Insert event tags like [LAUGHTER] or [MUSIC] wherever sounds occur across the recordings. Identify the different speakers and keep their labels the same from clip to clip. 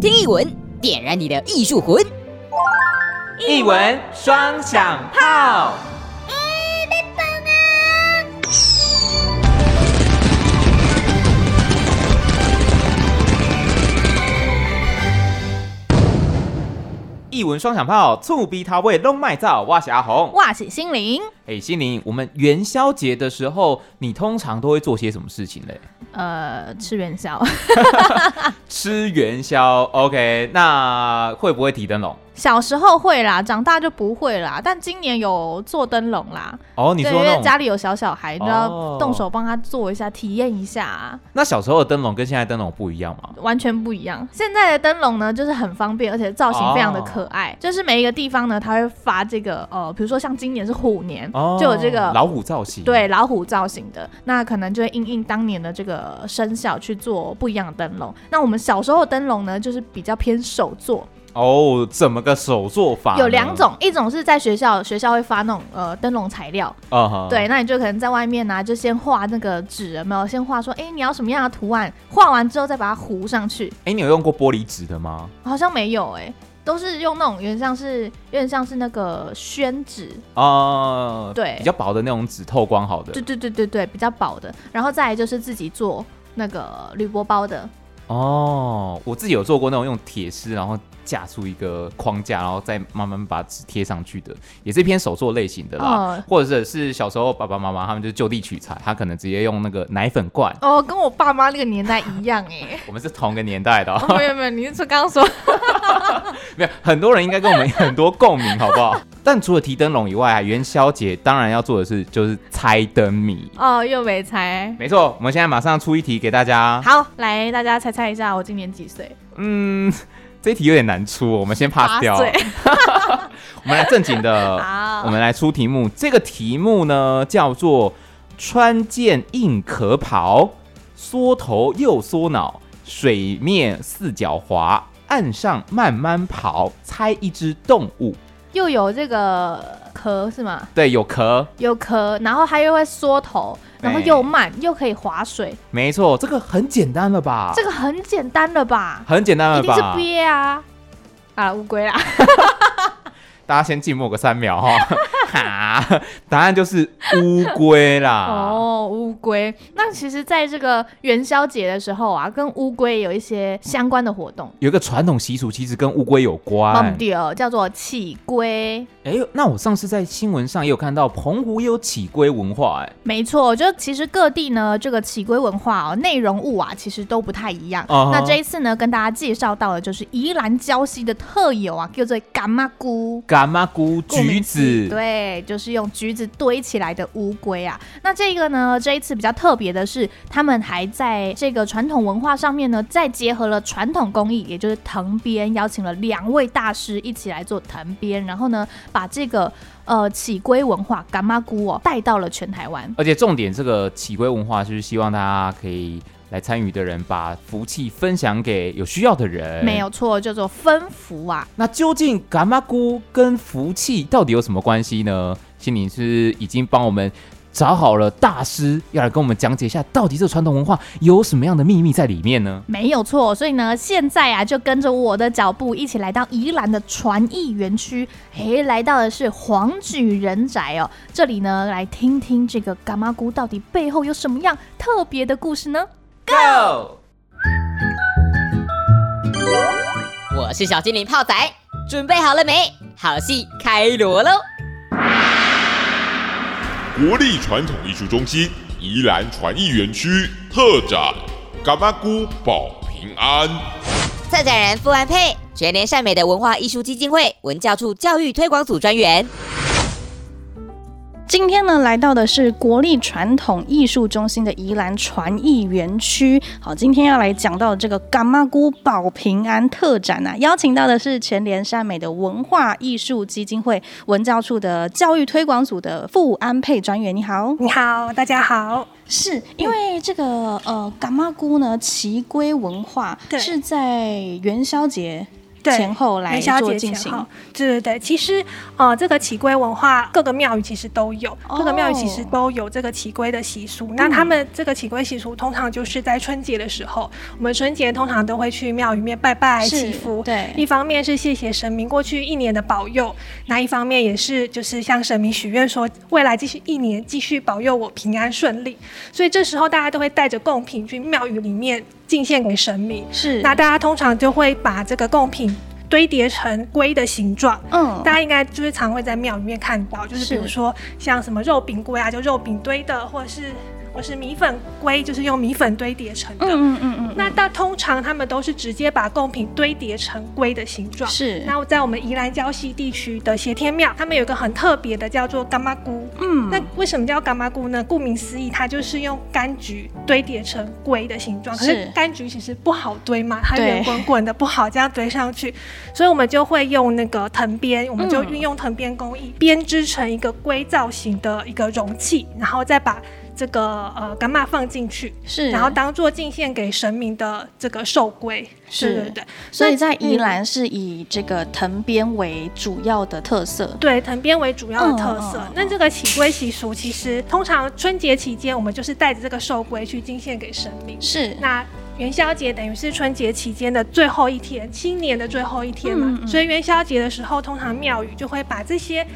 Speaker 1: 听一文，点燃你的艺术魂。
Speaker 2: 一文双响炮。一文双响炮，醋逼桃味弄麦造，哇霞红。
Speaker 3: 哇喜心灵，
Speaker 2: 哎，心灵，我们元宵节的时候，你通常都会做些什么事情嘞？
Speaker 3: 呃，吃元宵 [LAUGHS]
Speaker 2: 吃元宵，OK？那会不会提灯笼？
Speaker 3: 小时候会啦，长大就不会啦。但今年有做灯笼啦，
Speaker 2: 哦，你
Speaker 3: 对，
Speaker 2: 说
Speaker 3: 因
Speaker 2: 那
Speaker 3: 为
Speaker 2: 种
Speaker 3: 家里有小小孩，你
Speaker 2: 哦
Speaker 3: 要动手帮他做一下，体验一下啊，
Speaker 2: 那小时候的灯笼跟现在灯笼不一样吗？
Speaker 3: 完全不一样。现在的灯笼呢，就是很方便，而且造型非常的可爱。
Speaker 2: 哦
Speaker 3: 就是每一个地方呢，它会发这个呃，比如说像今年是虎年，
Speaker 2: 哦，
Speaker 3: 就有这个
Speaker 2: 老虎造型，
Speaker 3: 对老虎造型的，那可能就会因应当年的这个生肖去做不一样的灯笼。那我们小时候的灯笼呢，就是比较偏手做，
Speaker 2: 哦，怎么个手做法？
Speaker 3: 有两，种，一种是在学校，学校会发那种呃灯笼材料，
Speaker 2: 嗯哼，
Speaker 3: 对，那你就可能在外面呢、就先画那个纸，有没有？先画说，哎、你要什么样的图案？画完之后再把它糊上去，
Speaker 2: 哎，你有用过玻璃纸的吗？
Speaker 3: 好像没有哎、都是用那种有点像是有点像是那个宣纸，
Speaker 2: 哦，
Speaker 3: 对
Speaker 2: 比较薄的那种纸，透光好的
Speaker 3: 对，对对对对，比较薄的，然后再来就是自己做那个铝箔包的，
Speaker 2: 哦，我自己有做过那种用铁丝，然后架出一个框架，然后再慢慢把纸贴上去的，也是偏手作类型的啦。
Speaker 3: 哦
Speaker 2: 或者是小时候爸爸妈妈他们就就地取材，他可能直接用那个奶粉罐，
Speaker 3: 哦，跟我爸妈那个年代一样
Speaker 2: [LAUGHS]
Speaker 3: 哎、
Speaker 2: 我们是同个年代的、
Speaker 3: 哦，
Speaker 2: 哦，
Speaker 3: 没有没有，你是说刚刚说
Speaker 2: 没有很多人应该跟我们很多共鸣，好不
Speaker 3: [LAUGHS]
Speaker 2: 好？但除了提灯笼以外，元宵节当然要做的是就是猜灯谜。
Speaker 3: 哦，又没猜。
Speaker 2: 没错，我们现在马上出一题给大家。
Speaker 3: 好，来大家猜猜一下，我今年几岁？
Speaker 2: 嗯，这一题有点难出，我们先 pass
Speaker 3: 八
Speaker 2: 掉。
Speaker 3: 岁。，
Speaker 2: 我们来正经的我
Speaker 3: [LAUGHS] 好，
Speaker 2: 们来出题目。这个题目呢叫做“穿件硬壳袍，缩头又缩脑，水面四脚滑，岸上慢慢跑，猜一只动物”。
Speaker 3: 又有这个壳是吗？
Speaker 2: 对，有壳，
Speaker 3: 有壳，然后它又会缩头，然后
Speaker 2: 对
Speaker 3: 又慢，又可以划水，
Speaker 2: 没错，这个很简单了吧？
Speaker 3: 这个很简单了吧？
Speaker 2: 很简单了
Speaker 3: 一定是
Speaker 2: 吧？
Speaker 3: 鳖啊！啊，乌龟啦，
Speaker 2: 大家先静默个三秒哈、 [LAUGHS] 哈，答案就是乌龟啦。
Speaker 3: [LAUGHS] 哦，乌龟。那其实，在这个元宵节的时候啊，跟乌龟有一些相关的活动，
Speaker 2: 有一个传统习俗，其实跟乌龟有关
Speaker 3: 忘。掉叫做起龟。
Speaker 2: 哎、那我上次在新闻上也有看到，澎湖也有起龟文化、哎，
Speaker 3: 没错，就其实各地呢，这个起龟文化哦，内容物啊，其实都不太一样。
Speaker 2: 哦
Speaker 3: 那这一次呢，跟大家介绍到的就是宜兰礁溪的特有啊，叫做干妈菇。
Speaker 2: 蛤蟆菇、
Speaker 3: 顾名
Speaker 2: 橘
Speaker 3: 思
Speaker 2: 子，
Speaker 3: 义对，就是用橘子堆起来的乌龟啊。那这个呢，这一次比较特别的是，他们还在这个传统文化上面呢，再结合了传统工艺，也就是藤编，邀请了两位大师一起来做藤编，然后呢，把这个呃起龟文化干妈菇哦带到了全台湾。
Speaker 2: 而且重点，这个起龟文化就是希望大家可以来参与的人，把福气分享给有需要的人。
Speaker 3: 没，有错，叫做分福啊，
Speaker 2: 那究竟蛤蟆菇跟福气到底有什么关系呢？心灵是已经帮我们找好了大师，要来跟我们讲解一下，到底这传统文化有什么样的秘密在里面呢？
Speaker 3: 没有错，所以呢，现在啊，就跟着我的脚步一起来到宜兰的传艺园区，嘿，来到的是黄举人宅哦。这里呢，来听听这个嘎玛姑到底背后有什么样特别的故事呢？
Speaker 2: Go！
Speaker 1: 我是小精灵泡仔，准备好了没？好戏开锣喽！
Speaker 4: 国立传统艺术中心宜兰传艺园区特展《嘎巴姑保平安》。
Speaker 1: 策展人傅安佩，全联善美的文化艺术基金会文教处教育推广组专员。
Speaker 5: 今天呢，来到的是国立传统艺术中心的宜兰传艺园区。好，今天要来讲到的这个“干妈姑保平安”特展啊，邀请到的是全联善美的文化艺术基金会文教处的教育推广组的傅安佩专员。你好，
Speaker 6: 你好，大家好。
Speaker 5: 是因为这个呃“干妈姑”呢，奇龟文化
Speaker 6: 对
Speaker 5: 是在元宵节
Speaker 6: 对
Speaker 5: 前后来
Speaker 6: 元宵
Speaker 5: 做
Speaker 6: 节
Speaker 5: 进
Speaker 6: 前
Speaker 5: 行。
Speaker 6: 后，对对对，其实呃，这个祈龟文化各个庙宇其实都有，
Speaker 5: 哦
Speaker 6: 各个庙宇其实都有这个祈龟的习俗。
Speaker 5: 嗯
Speaker 6: 那他们这个祈龟习俗通常就是在春节的时候，我们春节通常都会去庙宇面拜拜
Speaker 5: 是
Speaker 6: 祈福，
Speaker 5: 对
Speaker 6: 一方面是谢谢神明过去一年的保佑，那一方面也是就是向神明许愿说未来继续一年继续保佑我平安顺利。所以这时候大家都会带着贡品去庙宇里面进献给神明。
Speaker 5: 是，
Speaker 6: 那大家通常就会把这个贡品堆叠成龟的形状。
Speaker 5: 嗯，
Speaker 6: 大家应该就是常会在庙里面看到，就是比如
Speaker 5: 是
Speaker 6: 说像什么肉饼龟啊，就肉饼堆的，或者是或是米粉龟，就是用米粉堆叠成的。
Speaker 5: 嗯嗯嗯嗯，
Speaker 6: 那到通常他们都是直接把贡品堆叠成龟的形状。
Speaker 5: 是，
Speaker 6: 那在我们宜兰礁溪地区的斜天庙，他们有一个很特别的叫做干妈菇。
Speaker 5: 嗯，
Speaker 6: 那为什么叫干妈菇呢？顾名思义，它就是用柑橘堆叠成龟的形状。可
Speaker 5: 是
Speaker 6: 是柑橘其实不好堆嘛，它
Speaker 5: 对
Speaker 6: 圆滚滚的不好这样堆上去，所以我们就会用那个藤编，我们就
Speaker 5: 嗯
Speaker 6: 运用藤编工艺编织成一个龟造型的一个容器，然后再把这个呃干妈放进去，
Speaker 5: 是，
Speaker 6: 然后当做进献给神明的这个寿龟。
Speaker 5: 是
Speaker 6: 对对对。
Speaker 5: 所以
Speaker 6: 那
Speaker 5: 在宜
Speaker 6: 嗯
Speaker 5: 兰是以这个藤编为主要的特色，
Speaker 6: 对，藤编为主要的特色。
Speaker 5: 嗯嗯嗯
Speaker 6: 那这个起龟习俗，其实通常春节期间，我们就是带着这个寿龟去敬献给神明。
Speaker 5: 是，
Speaker 6: 那元宵节等于是春节期间的最后一天，新年的最后一天嘛，
Speaker 5: 嗯嗯
Speaker 6: 所以元宵节的时候，通常庙宇就会把这些。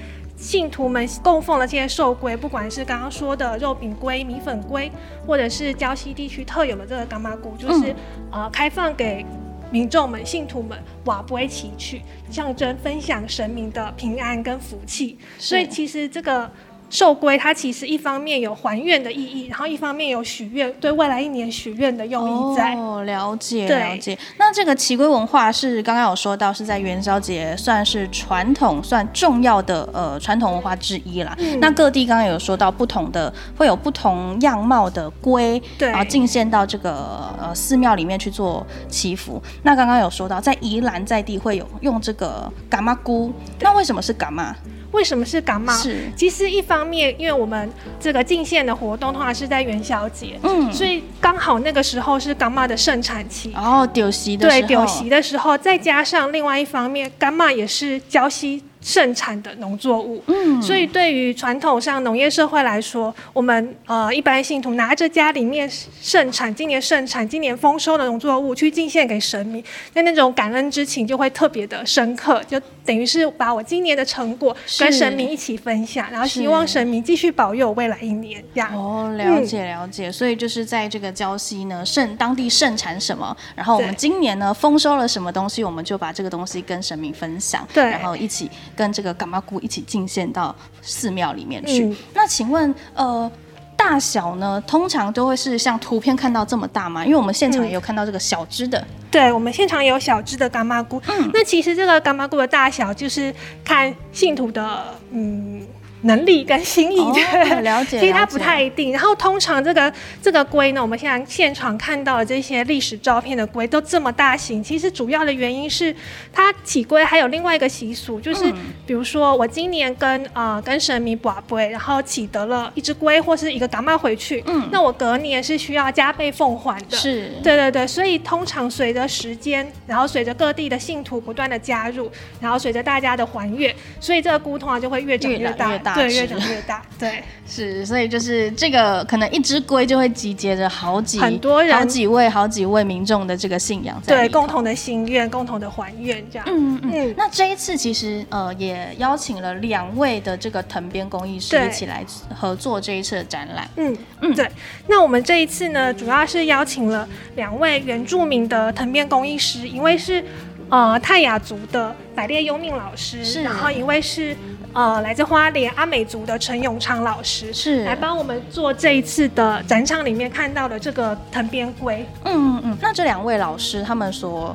Speaker 6: 信徒们供奉的这些寿龟，不管是刚刚说的肉饼龟、米粉龟，或者是礁溪地区特有的这个干妈菇，
Speaker 5: 嗯
Speaker 6: 就是、呃开放给民众们、信徒们瓦杯祈去，象征分享神明的平安跟福气。所以
Speaker 5: 是
Speaker 6: 其实这个寿龟，它其实一方面有还愿的意义，然后一方面有许愿，对未来一年许愿的用意在。
Speaker 5: 哦，了解
Speaker 6: 对
Speaker 5: 了解。那这个奇龟文化是刚刚有说到是在元宵节算是传统算重要的呃传统文化之一啦。
Speaker 6: 嗯
Speaker 5: 那各地刚刚有说到不同的会有不同样貌的龟，
Speaker 6: 对
Speaker 5: 然后进献到这个呃寺庙里面去做祈福。那刚刚有说到在宜兰在地会有用这个嘎妈菇，那为什么是嘎妈？
Speaker 6: 为什么是感冒？
Speaker 5: 是
Speaker 6: 其实一方面，因为我们这个进献的活动通常是在元宵节，
Speaker 5: 嗯
Speaker 6: 所以刚好那个时候是干妈的盛产期。
Speaker 5: 哦，丢席的
Speaker 6: 对，
Speaker 5: 时候
Speaker 6: 丢席的时候，再加上另外一方面，干妈也是礁溪盛产的农作物，
Speaker 5: 嗯
Speaker 6: 所以对于传统上农业社会来说，我们呃一般信徒拿着家里面盛产、今年盛产、今年丰收的农作物去敬献给神明，那那种感恩之情就会特别的深刻，就等于是把我今年的成果跟
Speaker 5: 是
Speaker 6: 神明一起分享，然后
Speaker 5: 是
Speaker 6: 希望神明继续保佑我未来一年这样。
Speaker 5: 哦，了解了
Speaker 6: 嗯
Speaker 5: 解，所以就是在这个礁溪呢，盛当地盛产什么，然后我们
Speaker 6: 对
Speaker 5: 今年呢丰收了什么东西，我们就把这个东西跟神明分享，
Speaker 6: 对
Speaker 5: 然后一起跟这个干妈姑一起进献到寺庙里面去。
Speaker 6: 嗯
Speaker 5: 那请问，呃。大小呢，通常都会是像图片看到这么大吗？因为我们现场
Speaker 6: 嗯
Speaker 5: 也有看到这个小只的，
Speaker 6: 对，我们现场也有小只的干妈菇。
Speaker 5: 嗯
Speaker 6: 那其实这个干妈菇的大小就是看信徒的嗯能力跟心意。
Speaker 5: 哦
Speaker 6: [LAUGHS] 对
Speaker 5: 了解
Speaker 6: 其实它
Speaker 5: 了解
Speaker 6: 不太一定。然后通常这个这个龟呢，我们现在现场看到的这些历史照片的龟都这么大型，其实主要的原因是它起龟还有另外一个习俗，
Speaker 5: 嗯
Speaker 6: 就是比如说我今年跟呃跟神明把龟，然后起得了一只龟或是一个干妈回去，
Speaker 5: 嗯
Speaker 6: 那我隔年是需要加倍奉还的。
Speaker 5: 是，
Speaker 6: 对对对，所以通常随着时间，然后随着各地的信徒不断的加入，然后随着大家的还愿，所以这个菇通啊常就会越长
Speaker 5: 越长
Speaker 6: 大，
Speaker 5: 越大
Speaker 6: 对，
Speaker 5: 是
Speaker 6: 越长越大，对，
Speaker 5: 是，所以就是这个可能一只龟就会集结着好几
Speaker 6: 很多人
Speaker 5: 好几位、好几位民众的这个信仰在
Speaker 6: 对，
Speaker 5: 里头
Speaker 6: 共同的心愿，共同的还愿，这样，
Speaker 5: 嗯嗯嗯
Speaker 6: 嗯，
Speaker 5: 那这一次其实呃也邀请了两位的这个藤编工艺师
Speaker 6: 对
Speaker 5: 一起来合作这一次的展览。
Speaker 6: 嗯
Speaker 5: 嗯
Speaker 6: 嗯，对。那我们这一次呢，主要是邀请了两位原住民的藤编工艺师，一位是呃泰雅族的百列优命老师，
Speaker 5: 是
Speaker 6: 然后一位是呃来自花莲阿美族的陈永昌老师，
Speaker 5: 是
Speaker 6: 来帮我们做这一次的展场里面看到的这个藤编龟。
Speaker 5: 嗯嗯嗯，那这两位老师他们所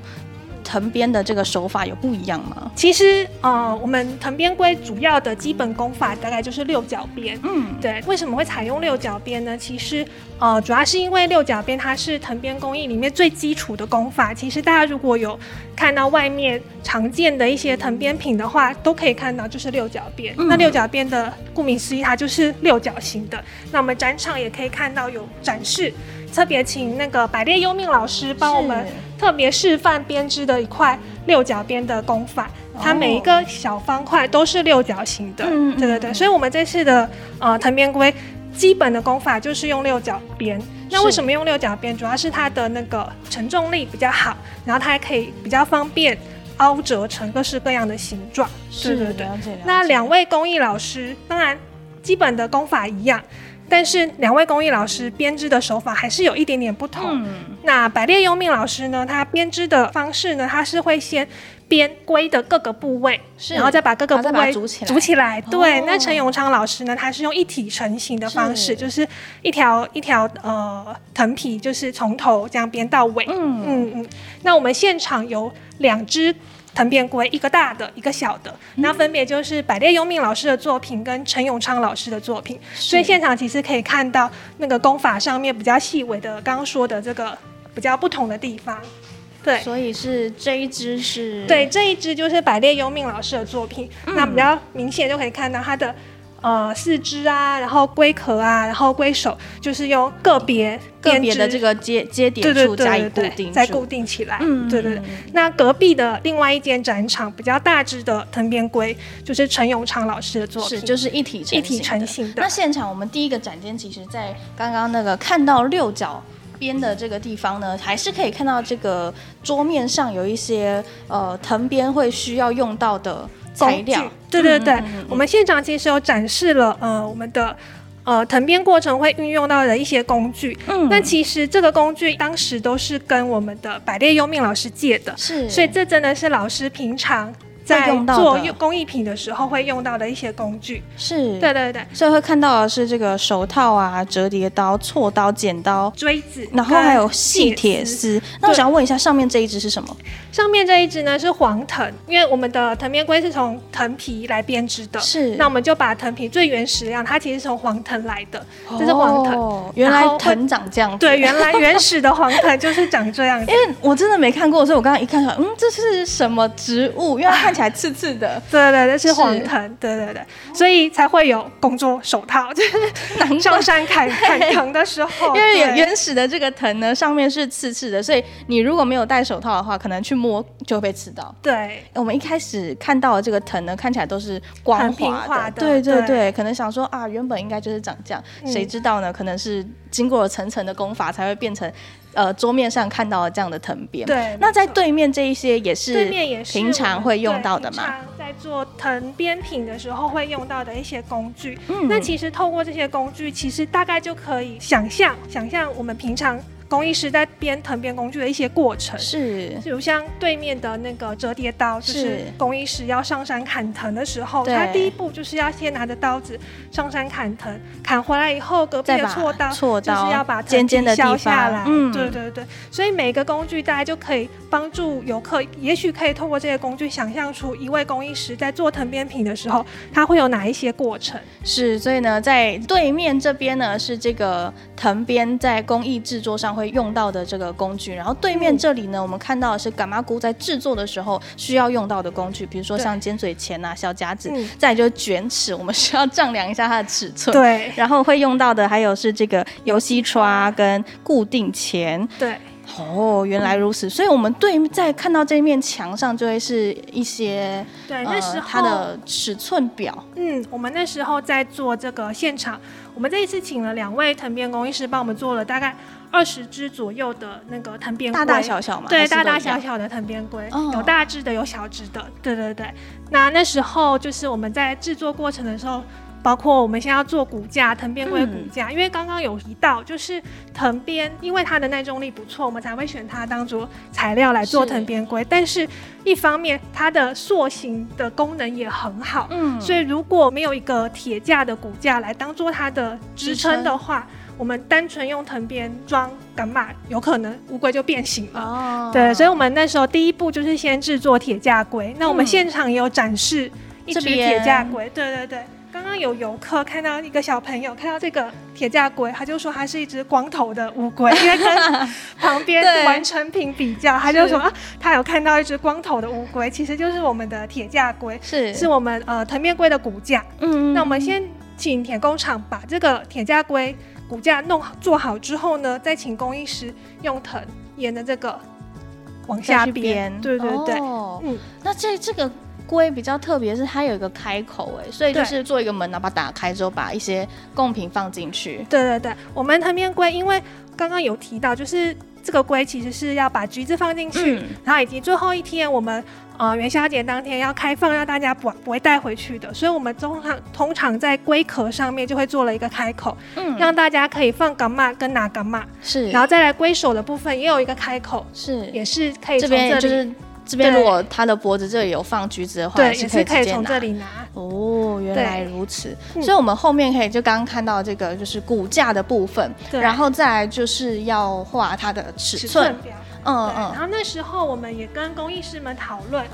Speaker 5: 藤编的这个手法有不一样吗？
Speaker 6: 其实呃，我们藤编龟主要的基本功法大概就是六角编，
Speaker 5: 嗯，
Speaker 6: 对，为什么会采用六角鞭呢？其实，呃，主要是因为六角鞭它是藤编工艺里面最基础的工法。其实大家如果有看到外面常见的一些藤编品的话，都可以看到就是六角鞭。
Speaker 5: 嗯
Speaker 6: 那六角鞭的顾名思义，它就是六角形的。那我们展场也可以看到有展示，特别请那个百列优命老师帮我们
Speaker 5: 是
Speaker 6: 特别示范编织的一块六角边的功法，
Speaker 5: 哦
Speaker 6: 它每一个小方块都是六角形的。
Speaker 5: 嗯嗯
Speaker 6: 对对对，所以我们这次的呃藤编龟基本的功法就是用六角边。那为什么用六角边？主要是它的那个承重力比较好，然后它还可以比较方便凹折成各式各样的形状。对对对。
Speaker 5: 了解了解
Speaker 6: 那两位工艺老师，当然基本的功法一样，但是两位工艺老师编织的手法还是有一点点不同。
Speaker 5: 嗯，
Speaker 6: 那百列优命老师呢，他编织的方式呢，他是会先编龟的各个部位，
Speaker 5: 是
Speaker 6: 然后再把各个
Speaker 5: 然后
Speaker 6: 部
Speaker 5: 再把它
Speaker 6: 位
Speaker 5: 组起来
Speaker 6: 组起来。对，
Speaker 5: 哦
Speaker 6: 那陈永昌老师呢，他是用一体成型的方式，
Speaker 5: 是
Speaker 6: 就是一条一条呃藤皮，就是从头这样编到尾。
Speaker 5: 嗯
Speaker 6: 嗯嗯。那我们现场有两只。藤变龟，一个大的，一个小的，
Speaker 5: 嗯
Speaker 6: 那分别就是百列优命老师的作品跟陈永昌老师的作品。所以现场其实可以看到那个功法上面比较细微的，刚刚说的这个比较不同的地方。对
Speaker 5: 所以是这一支是
Speaker 6: 对，这一支就是百列优命老师的作品，
Speaker 5: 嗯
Speaker 6: 那比较明显就可以看到它的呃四肢啊，然后龟壳啊，然后龟手，就是用个别
Speaker 5: 个别的
Speaker 6: 编织
Speaker 5: 这个接接点
Speaker 6: 对对
Speaker 5: 处
Speaker 6: 对
Speaker 5: 加以
Speaker 6: 对
Speaker 5: 固
Speaker 6: 对
Speaker 5: 定
Speaker 6: 再
Speaker 5: 住
Speaker 6: 固定起来。
Speaker 5: 嗯
Speaker 6: 对对对。那隔壁的另外一间展场比较大只的藤边龟，就是陈永昌老师的作品，
Speaker 5: 是，就是一体成型
Speaker 6: 一体成型的
Speaker 5: 那现场我们第一个展间，其实在刚刚那个看到六角边的这个地方呢，还是可以看到这个桌面上有一些呃藤编会需要用到的材
Speaker 6: 工具
Speaker 5: 料。
Speaker 6: 对对对，
Speaker 5: 嗯嗯嗯
Speaker 6: 我们现场其实有展示了呃我们的。呃，藤编过程会运用到的一些工具，
Speaker 5: 嗯
Speaker 6: 那其实这个工具当时都是跟我们的百列优命老师借的，
Speaker 5: 是，
Speaker 6: 所以这真的是老师平常在
Speaker 5: 用到
Speaker 6: 做
Speaker 5: 的
Speaker 6: 工艺品的时候会用到的一些工具。
Speaker 5: 是
Speaker 6: 对。对对，
Speaker 5: 所以会看到的是这个手套啊、折叠刀、锉刀、剪刀，
Speaker 6: 锥子，
Speaker 5: 然后还有细铁。丝。那我想问一下，上面这一只是什么？
Speaker 6: 上面这一只呢是黄藤，因为我们的藤编龟是从藤皮来编织的，
Speaker 5: 是
Speaker 6: 那我们就把藤皮最原始的样，它其实是从黄藤来的，这是黄藤。
Speaker 5: 哦原
Speaker 6: 然
Speaker 5: 来
Speaker 6: 后会
Speaker 5: 藤长这样子。
Speaker 6: 对，原来原始的黄藤就是长
Speaker 5: [LAUGHS]
Speaker 6: 这样子
Speaker 5: 因。为我真的没看过，所以我刚刚一看到，嗯，这是什么植物？因为它看起来刺刺 [LAUGHS] 的，
Speaker 6: 对对对，是黄藤，对对对，所以才会有工作手套，就是上山砍砍藤的时候，
Speaker 5: 因为原
Speaker 6: 对
Speaker 5: 原始的这个藤呢，上面是刺刺的，所以你如果没有戴手套的话，可能去摸就会被刺到。
Speaker 6: 对
Speaker 5: 我们一开始看到的这个藤呢，看起来都是光
Speaker 6: 很平
Speaker 5: 滑的，
Speaker 6: 滑
Speaker 5: [LAUGHS]
Speaker 6: 的
Speaker 5: 对对
Speaker 6: 对
Speaker 5: 对，可能想说啊，原本应该就是长这样，
Speaker 6: 嗯
Speaker 5: 谁知道呢？可能是经过了层层的功法，才会变成呃桌面上看到的这样的藤编。
Speaker 6: 对
Speaker 5: 那在
Speaker 6: 没错
Speaker 5: 对面这一些也是
Speaker 6: 对面也是
Speaker 5: 平常会用到的
Speaker 6: 我
Speaker 5: 嘛。
Speaker 6: 们对平常在做藤编品的时候会用到的一些工具。
Speaker 5: 嗯
Speaker 6: 那其实透过这些工具，其实大概就可以想象，想象我们平常工艺师在编藤编工具的一些过程。
Speaker 5: 是
Speaker 6: 比如像对面的那个折叠刀，就是是工艺师要上山砍藤的时候，
Speaker 5: 对
Speaker 6: 他第一步就是要先拿着刀子上山砍藤，砍回来以后，隔壁
Speaker 5: 再
Speaker 6: 的
Speaker 5: 把
Speaker 6: 锉刀
Speaker 5: 锉刀
Speaker 6: 就是要把藤
Speaker 5: 尖尖的
Speaker 6: 皮削
Speaker 5: 地方
Speaker 6: 下来，
Speaker 5: 嗯
Speaker 6: 对对对，所以每个工具大家就可以帮助游客，也许可以透过这些工具想象出一位工艺师在做藤编品的时候，他会有哪一些过程。
Speaker 5: 是，所以呢，在对面这边呢是这个藤编在工艺制作上会用到的这个工具，然后对面
Speaker 6: 嗯
Speaker 5: 这里呢，我们看到的是嘎玛菇在制作的时候需要用到的工具，比如说
Speaker 6: 对
Speaker 5: 像尖嘴钳啊、小夹子，
Speaker 6: 嗯
Speaker 5: 再来就是卷尺，我们 [LAUGHS] 需要丈量一下它的尺寸。。
Speaker 6: 对
Speaker 5: 然后会用到的还有是这个油漆刷跟固定钳
Speaker 6: 对，
Speaker 5: 哦，原
Speaker 6: 嗯
Speaker 5: 来如此。所以我们对在看到这面墙上就会是一些
Speaker 6: 对，那时候、
Speaker 5: 呃它的尺寸表，
Speaker 6: 嗯，我们那时候在做这个现场，我们这一次请了两位藤编工艺师帮我们做了大概二十只左右的那个藤编龟，
Speaker 5: 大大小小嘛，还
Speaker 6: 嗯对，
Speaker 5: 是
Speaker 6: 大
Speaker 5: 都
Speaker 6: 大
Speaker 5: 一样
Speaker 6: 小小的藤编龟，
Speaker 5: 哦
Speaker 6: 有大只的，有小只的，对对对。那那时候就是我们在制作过程的时候。包括我们现在要做骨架，藤编龟骨架，
Speaker 5: 嗯
Speaker 6: 因为刚刚有提到，就是藤编，因为它的耐重力不错，我们才会选它当做材料来做
Speaker 5: 是
Speaker 6: 藤编龟。但是，一方面它的塑形的功能也很好，
Speaker 5: 嗯
Speaker 6: 所以如果没有一个铁架的骨架来当做它的支撑的话，我们单纯用藤编装干嘛，有可能乌龟就变形了。
Speaker 5: 哦
Speaker 6: 对，所以我们那时候第一步就是先制作铁架龟。那我们
Speaker 5: 嗯
Speaker 6: 现场也有展示一只
Speaker 5: 这边
Speaker 6: 铁架龟，对对对。刚刚有游客看到一个小朋友看到这个铁架龟，他就说它是一只光头的乌
Speaker 5: [LAUGHS]
Speaker 6: 龟，因为跟旁边
Speaker 5: 对
Speaker 6: 完成品比较，他就是说啊，他有看到一只光头的乌龟，其实就是我们的铁架龟，
Speaker 5: 是
Speaker 6: 是我们呃藤面龟的骨架。
Speaker 5: 嗯
Speaker 6: 那我们先请铁工厂把这个铁架龟骨架弄好做好之后呢，再请工艺师用藤沿着这个往
Speaker 5: 下
Speaker 6: 下编，对对对。
Speaker 5: 哦
Speaker 6: 嗯，
Speaker 5: 那这这个龟比较特别，是它有一个开口哎，所以就
Speaker 6: 对
Speaker 5: 是做一个门，然后把它打开之后，把一些贡品放进去。
Speaker 6: 对对对，我们藤编龟，因为刚刚有提到，就是这个龟其实是要把橘子放进去，
Speaker 5: 嗯
Speaker 6: 然后以及最后一天我们呃元宵节当天要开放，让大家不不会带回去的，所以我们通常通常在龟壳上面就会做了一个开口，
Speaker 5: 嗯，
Speaker 6: 让大家可以放干嘛跟拿干嘛，
Speaker 5: 是，
Speaker 6: 然后再来龟手的部分也有一个开口，
Speaker 5: 是
Speaker 6: 也是可以
Speaker 5: 这
Speaker 6: 从这
Speaker 5: 边
Speaker 6: 里
Speaker 5: 就是这边，
Speaker 6: 对
Speaker 5: 如果它的脖子这里有放橘子的话，
Speaker 6: 对，也是可
Speaker 5: 直
Speaker 6: 以
Speaker 5: 接
Speaker 6: 从
Speaker 5: 拿
Speaker 6: 这。里拿。
Speaker 5: 哦，原
Speaker 6: 对
Speaker 5: 来如此，
Speaker 6: 嗯
Speaker 5: 所以我们后面可以就刚刚看到这个就是骨架的部分，
Speaker 6: 对
Speaker 5: 然后再来就是要画它的尺
Speaker 6: 尺
Speaker 5: 寸，
Speaker 6: 表，
Speaker 5: 嗯
Speaker 6: 对，然
Speaker 5: 嗯，
Speaker 6: 后那时候我们也跟工艺师们讨论。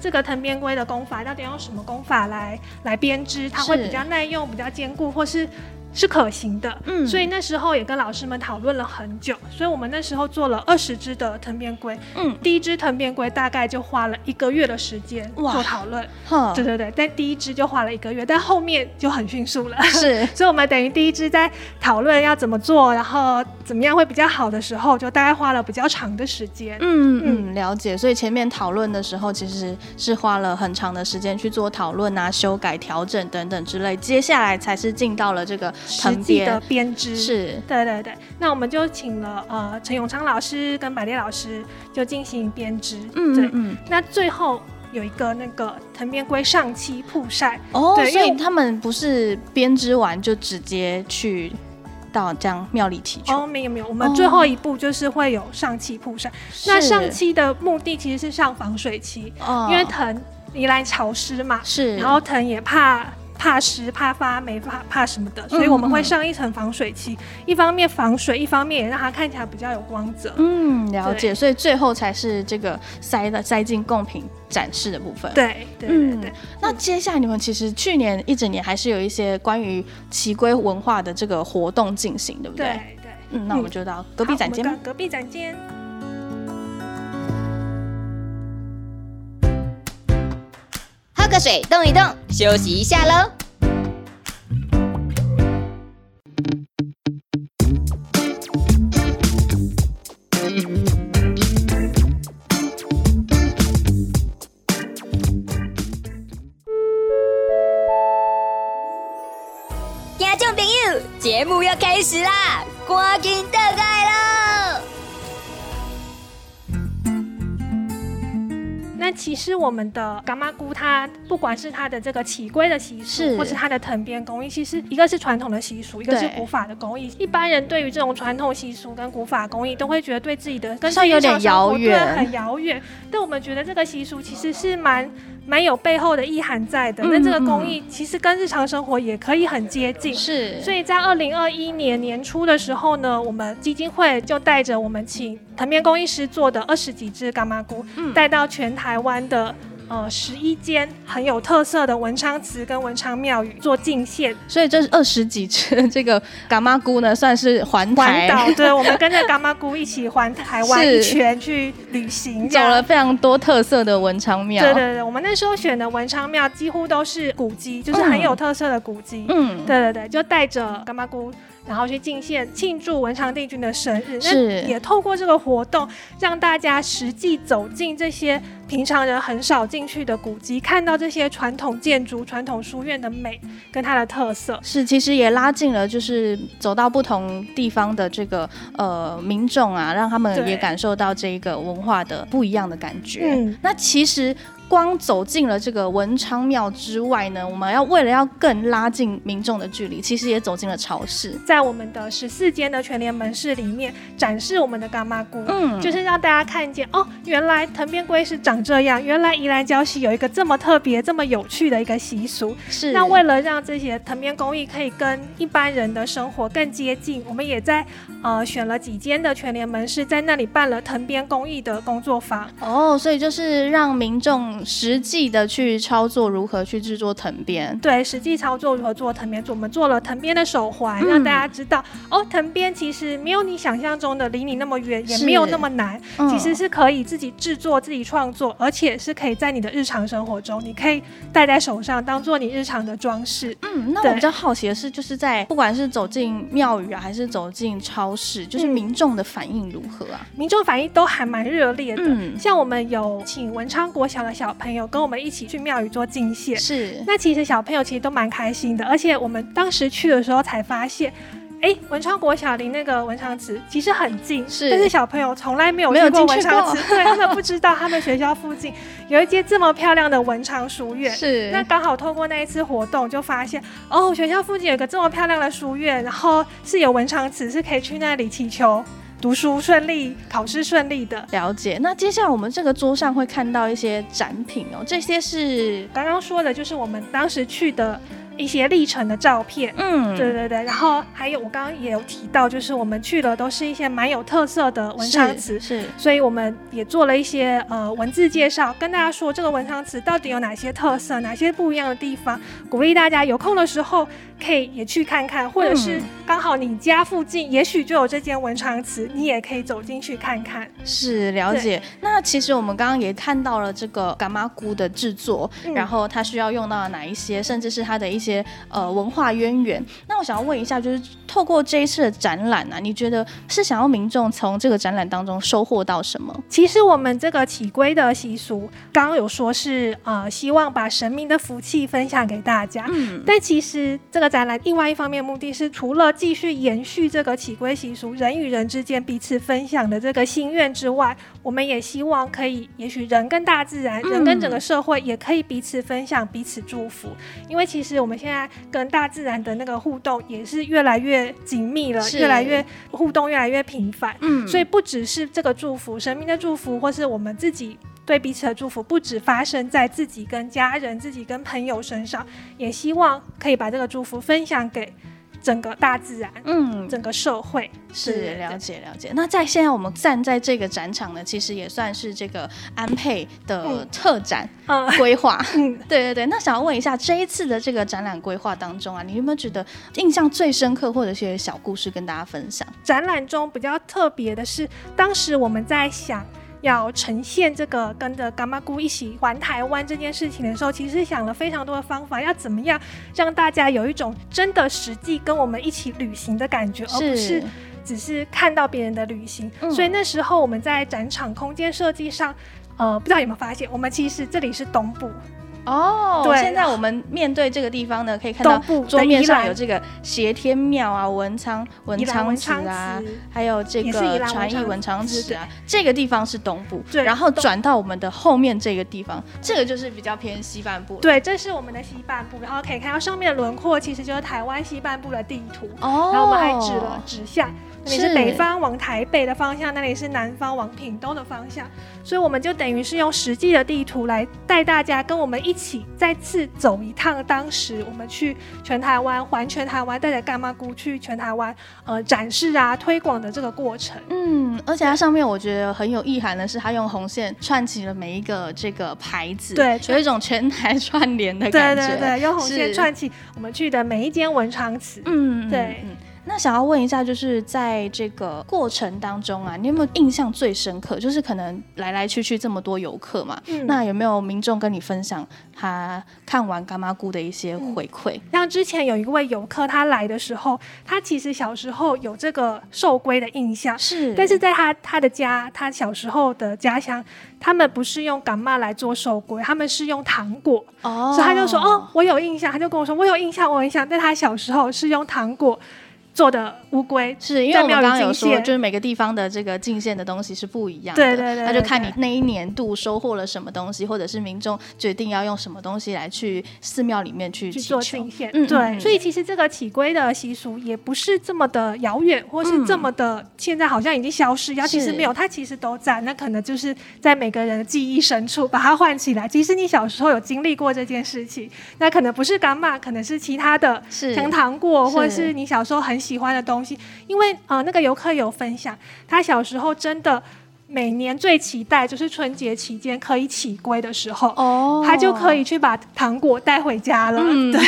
Speaker 6: 这个藤编龟的工法到底用什么工法来来编织，它会
Speaker 5: 是
Speaker 6: 比较耐用、比较坚固，或是是可行的。
Speaker 5: 嗯
Speaker 6: 所以那时候也跟老师们讨论了很久。所以我们那时候做了二十只的藤编龟，
Speaker 5: 嗯
Speaker 6: 第一只藤编龟大概就花了一个月的时间
Speaker 5: 哇嗯
Speaker 6: 做讨论。
Speaker 5: 哼
Speaker 6: 对，对对，但第一只就花了一个月，但后面就很迅速了。 [LAUGHS]
Speaker 5: 是
Speaker 6: 所以我们等于第一支在讨论要怎么做，然后怎么样会比较好的时候，就大概花了比较长的时间。
Speaker 5: 嗯嗯，了解。所以前面讨论的时候，其实是花了很长的时间去做讨论啊、修改、调整等等之类。接下来才是进到了这个
Speaker 6: 实
Speaker 5: 藤
Speaker 6: 际的
Speaker 5: 编，
Speaker 6: 编织。
Speaker 5: 是
Speaker 6: 对对对，那我们就请了呃陈永昌老师跟百烈老师就进行编织，
Speaker 5: 嗯
Speaker 6: 对
Speaker 5: 嗯，嗯
Speaker 6: 那最后有一个那个藤编龟上漆曝晒，
Speaker 5: 哦，
Speaker 6: 对因
Speaker 5: 所
Speaker 6: 为
Speaker 5: 以
Speaker 6: 我
Speaker 5: 他们不是编织完就直接去到这样庙里祈求，
Speaker 6: 哦没有没有，我们最后一步就是会有上漆曝晒，那
Speaker 5: 是
Speaker 6: 上漆的目的其实是上防水漆，
Speaker 5: 哦
Speaker 6: 因为藤宜兰潮湿嘛，
Speaker 5: 是，
Speaker 6: 然后藤也怕怕湿、怕发霉、怕怕什么
Speaker 5: 嗯
Speaker 6: 的，所以我们会上一层防水漆，一方面防水，一方面也让它看起来比较有光泽。
Speaker 5: 嗯，了
Speaker 6: 对
Speaker 5: 解。所以最后才是这个塞的塞进贡品展示的部分。
Speaker 6: 对对
Speaker 5: 嗯
Speaker 6: 对对，
Speaker 5: 那接下来你们其实去年一整年还是有一些关于奇龟文化的这个活动进行，对不对？
Speaker 6: 对对。
Speaker 5: 嗯，那我们就到隔
Speaker 6: 隔
Speaker 5: 壁展间吧。
Speaker 6: 隔壁展间。
Speaker 1: 喝个水，动一动，休息一下喽。听众朋友，节目要开始啦，赶紧倒来喽！
Speaker 6: 那其实我们的伽马菇，它不管是它的这个起龟的习
Speaker 5: 是
Speaker 6: 俗，或是它的藤编工艺，其实一个是传统的习俗，一个是
Speaker 5: 对
Speaker 6: 古法的工艺。一般人对于这种传统习俗跟古法工艺，都会觉得对自己的跟
Speaker 5: 像有点
Speaker 6: 日常生
Speaker 5: 遥
Speaker 6: 活
Speaker 5: 远
Speaker 6: 对很遥远。但我们觉得这个习俗其实是蛮蛮有背后的意涵在的。
Speaker 5: 嗯
Speaker 6: 那这个工艺其实跟日常生活也可以很接近。
Speaker 5: 是，
Speaker 6: 所以在二零二一年年初的时候呢，我们基金会就带着我们请藤编工艺师做的二十几只伽马菇，
Speaker 5: 嗯
Speaker 6: 带到全台湾的。呃，十一间很有特色的文昌祠跟文昌庙宇做进献
Speaker 5: 所以这二十几只这个嘎妈菇呢，算是环
Speaker 6: 环
Speaker 5: 台
Speaker 6: 岛，对我们跟着伽马菇一起环台湾
Speaker 5: 是
Speaker 6: 一圈去旅行，这
Speaker 5: [LAUGHS] [LAUGHS] 走
Speaker 6: 样
Speaker 5: 了非常多特色的文昌庙。
Speaker 6: 对对对，我们那时候选的文昌庙几乎都是古迹，就是很有特色的古迹。
Speaker 5: 嗯，
Speaker 6: 对对对，就带着干妈姑，然后去进献庆祝文昌帝君的生日。那
Speaker 5: 是
Speaker 6: 也透过这个活动，让大家实际走进这些平常人很少进去的古迹，看到这些传统建筑、传统书院的美跟它的特色。
Speaker 5: 是，其实也拉近了，就是走到不同地方的这个呃民众啊，让他们
Speaker 6: 对
Speaker 5: 也感受到这一个文化的不一样的感觉。
Speaker 6: 嗯
Speaker 5: 那其实光走进了这个文昌庙之外呢，我们要为了要更拉近民众的距离，其实也走进了超市。
Speaker 6: 在我们的十四间的全联门市里面展示我们的干妈姑，
Speaker 5: 嗯
Speaker 6: 就是让大家看见哦，原来藤编龟是长这样，原来宜兰礁溪有一个这么特别、这么有趣的一个习俗。
Speaker 5: 是
Speaker 6: 那为了让这些藤编工艺可以跟一般人的生活更接近，我们也在呃选了几间的全联门市，在那里办了藤编工艺的工作坊。
Speaker 5: 哦，所以就是让民众实际的去操作如何去制作藤编。
Speaker 6: 对，实际操作如何做藤编，我们做了藤编的手环，
Speaker 5: 嗯
Speaker 6: 让大家知道哦，藤编其实没有你想象中的离你那么远，也
Speaker 5: 是
Speaker 6: 没有那么难，
Speaker 5: 嗯
Speaker 6: 其实是可以自己制作、自己创作，而且是可以在你的日常生活中，你可以戴在手上，当做你日常的装饰。
Speaker 5: 嗯，那
Speaker 6: 对
Speaker 5: 我比较好奇的是，就是在不管是走进庙宇啊，还是走进超市，就是
Speaker 6: 嗯
Speaker 5: 民众的反应如何啊？
Speaker 6: 民众反应都还蛮热烈的。
Speaker 5: 嗯
Speaker 6: 像我们有请文昌国小的小小朋友跟我们一起去庙宇做敬谢。
Speaker 5: 是
Speaker 6: 那其实小朋友其实都蛮开心的，而且我们当时去的时候才发现，哎，文昌国小离那个文昌祠其实很近，
Speaker 5: 是
Speaker 6: 但是小朋友从来没有
Speaker 5: 没有
Speaker 6: 去过
Speaker 5: 进
Speaker 6: 文
Speaker 5: 去
Speaker 6: 昌祠，对他们不知道他们学
Speaker 5: [LAUGHS]
Speaker 6: 校附近有一间这么漂亮的文昌书院。
Speaker 5: 是
Speaker 6: 那刚好透过那一次活动，就发现哦，学校附近有个这么漂亮的书院，然后是有文昌祠，是可以去那里祈求读书顺利、考试顺利的。
Speaker 5: 了解。那接下来我们这个桌上会看到一些展品哦，这些是
Speaker 6: 刚刚说的就是我们当时去的一些历程的照片，
Speaker 5: 嗯，
Speaker 6: 对对对，然后还有我刚刚也有提到，就是我们去的都是一些蛮有特色的文昌祠
Speaker 5: 是，是
Speaker 6: 所以我们也做了一些呃文字介绍，跟大家说这个文昌祠到底有哪些特色，哪些不一样的地方，鼓励大家有空的时候可以也去看看，或者是
Speaker 5: 嗯
Speaker 6: 刚好你家附近也许就有这间文昌祠，你也可以走进去看看。
Speaker 5: 是了解。那其实我们刚刚也看到了这个干妈菇的制作，
Speaker 6: 嗯
Speaker 5: 然后它需要用到哪一些，甚至是它的一些呃文化渊源。那我想要问一下，就是透过这一次的展览啊，你觉得是想要民众从这个展览当中收获到什么？
Speaker 6: 其实我们这个起龟的习俗，刚刚有说是呃希望把神明的福气分享给大家，
Speaker 5: 嗯，
Speaker 6: 但其实这个展览另外一方面目的是，除了继续延续这个起归习俗，人与人之间彼此分享的这个心愿之外，我们也希望可以，也许人跟大自然，
Speaker 5: 嗯
Speaker 6: 人跟整个社会也可以彼此分享、彼此祝福。因为其实我们现在跟大自然的那个互动也是越来越紧密了，
Speaker 5: 是
Speaker 6: 越来越互动越来越频繁。
Speaker 5: 嗯
Speaker 6: 所以不只是这个祝福，神明的祝福，或是我们自己对彼此的祝福，不只发生在自己跟家人、自己跟朋友身上，也希望可以把这个祝福分享给整个大自然、
Speaker 5: 嗯，
Speaker 6: 整个社会。对
Speaker 5: 是
Speaker 6: 对
Speaker 5: 了
Speaker 6: 对
Speaker 5: 解了解。那在现在我们站在这个展场呢，其实也算是这个安配的
Speaker 6: 嗯
Speaker 5: 特展
Speaker 6: 嗯 [LAUGHS]
Speaker 5: 规划。
Speaker 6: 嗯，
Speaker 5: [LAUGHS] 对对对，那想要问一下，这一次的这个展览规划当中啊，你有没有觉得印象最深刻或者一些小故事跟大家分享？
Speaker 6: 展览中比较特别的是，当时我们在想。要呈现这个跟着干妈姑一起环台湾这件事情的时候，其实想了非常多的方法，要怎么样让大家有一种真的实际跟我们一起旅行的感觉，而不是只是看到别人的旅行，
Speaker 5: 嗯
Speaker 6: 所以那时候我们在展场空间设计上，呃，不知道有没有发现，我们其实这里是东部，
Speaker 5: 哦，
Speaker 6: 对
Speaker 5: 现在我们面对这个地方呢，可以看到
Speaker 6: 东部的
Speaker 5: 桌面
Speaker 6: 宜
Speaker 5: 上
Speaker 6: 兰
Speaker 5: 有这个斜天庙啊、文昌文
Speaker 6: 宜兰
Speaker 5: 昌
Speaker 6: 文
Speaker 5: 祠
Speaker 6: 昌
Speaker 5: 啊，
Speaker 6: 祠
Speaker 5: 还有这
Speaker 6: 也是
Speaker 5: 个
Speaker 6: 宜兰文
Speaker 5: 传艺
Speaker 6: 昌
Speaker 5: 文昌祠
Speaker 6: 祠
Speaker 5: 啊，这个地方是东部，
Speaker 6: 对
Speaker 5: 然后
Speaker 6: 东
Speaker 5: 转到我们的后面这个地方，这个就是比较偏西半部了。
Speaker 6: 对，这是我们的西半部，然后可以看到上面的轮廓其实就是台湾西半部的地图，
Speaker 5: 哦，
Speaker 6: 然后我们还指了指向，那里
Speaker 5: 是
Speaker 6: 是北方往台北的方向，那里是南方往屏东的方向，所以我们就等于是用实际的地图来带大家跟我们一起再次走一趟当时我们去全台湾环全台湾，带着干妈姑去全台湾呃展示啊推广的这个过程。
Speaker 5: 嗯，而且它上面我觉得很有意涵的是，它用红线串起了每一个这个牌子，
Speaker 6: 对
Speaker 5: 有一种全台串联的
Speaker 6: 对
Speaker 5: 感觉。
Speaker 6: 对对，用红线
Speaker 5: 是
Speaker 6: 串起我们去的每一间文昌祠。
Speaker 5: 嗯，嗯
Speaker 6: 对
Speaker 5: 嗯。那想要问一下，就是在这个过程当中啊，你有没有印象最深刻？就是可能来来去去这么多游客嘛，
Speaker 6: 嗯
Speaker 5: 那有没有民众跟你分享他看完干妈姑的一些
Speaker 6: 嗯
Speaker 5: 回馈？
Speaker 6: 像之前有一位游客，他来的时候，他其实小时候有这个兽龟的印象，
Speaker 5: 是
Speaker 6: 啊但是在他他的家，他小时候的家乡，他们不是用干妈来做兽龟，他们是用糖果，
Speaker 5: 哦，
Speaker 6: 所以他就说哦，，我有印象，他就跟我说我有印象，我有印象，但他小时候是用糖果做的乌龟，
Speaker 5: 是因为
Speaker 6: 在
Speaker 5: 我们
Speaker 6: 庙宇
Speaker 5: 刚刚有
Speaker 6: 进
Speaker 5: 说，
Speaker 6: 献
Speaker 5: 就是每个地方的这个进献的东西是不一样的，
Speaker 6: 对对对
Speaker 5: 那就看
Speaker 6: 对
Speaker 5: 你那一年度收获了什么东西，或者是民众决定要用什么东西来去寺庙里面去
Speaker 6: 去
Speaker 5: 祈求
Speaker 6: 做进献。
Speaker 5: 嗯
Speaker 6: 对，
Speaker 5: 嗯嗯
Speaker 6: 所以其实这个起龟的习俗也不是这么的遥远，或是这么的、
Speaker 5: 嗯
Speaker 6: 现在好像已经消失，要其实没有，它其实都在。那可能就是在每个人的记忆深处把它唤起来。即使你小时候有经历过这件事情，那可能不是干妈，可能是其他的，
Speaker 5: 是
Speaker 6: 像糖果，
Speaker 5: 是
Speaker 6: 或是你小时候很喜欢的东西。因为呃，那个游客有分享，他小时候真的。每年最期待就是春节期间可以起龟的时候，
Speaker 5: 哦，
Speaker 6: 他就可以去把糖果带回家了。
Speaker 5: 嗯
Speaker 6: [LAUGHS] 对，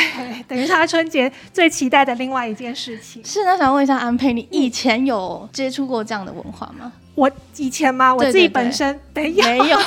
Speaker 6: 等于是他春节最期待的另外一件事情。
Speaker 5: 是那想问一下安佩，你以前有接触过这样的文化吗？
Speaker 6: 我以前嘛，我
Speaker 5: 对
Speaker 6: 自己
Speaker 5: 对对
Speaker 6: 本身 [LAUGHS] 没有，
Speaker 5: 没有，因为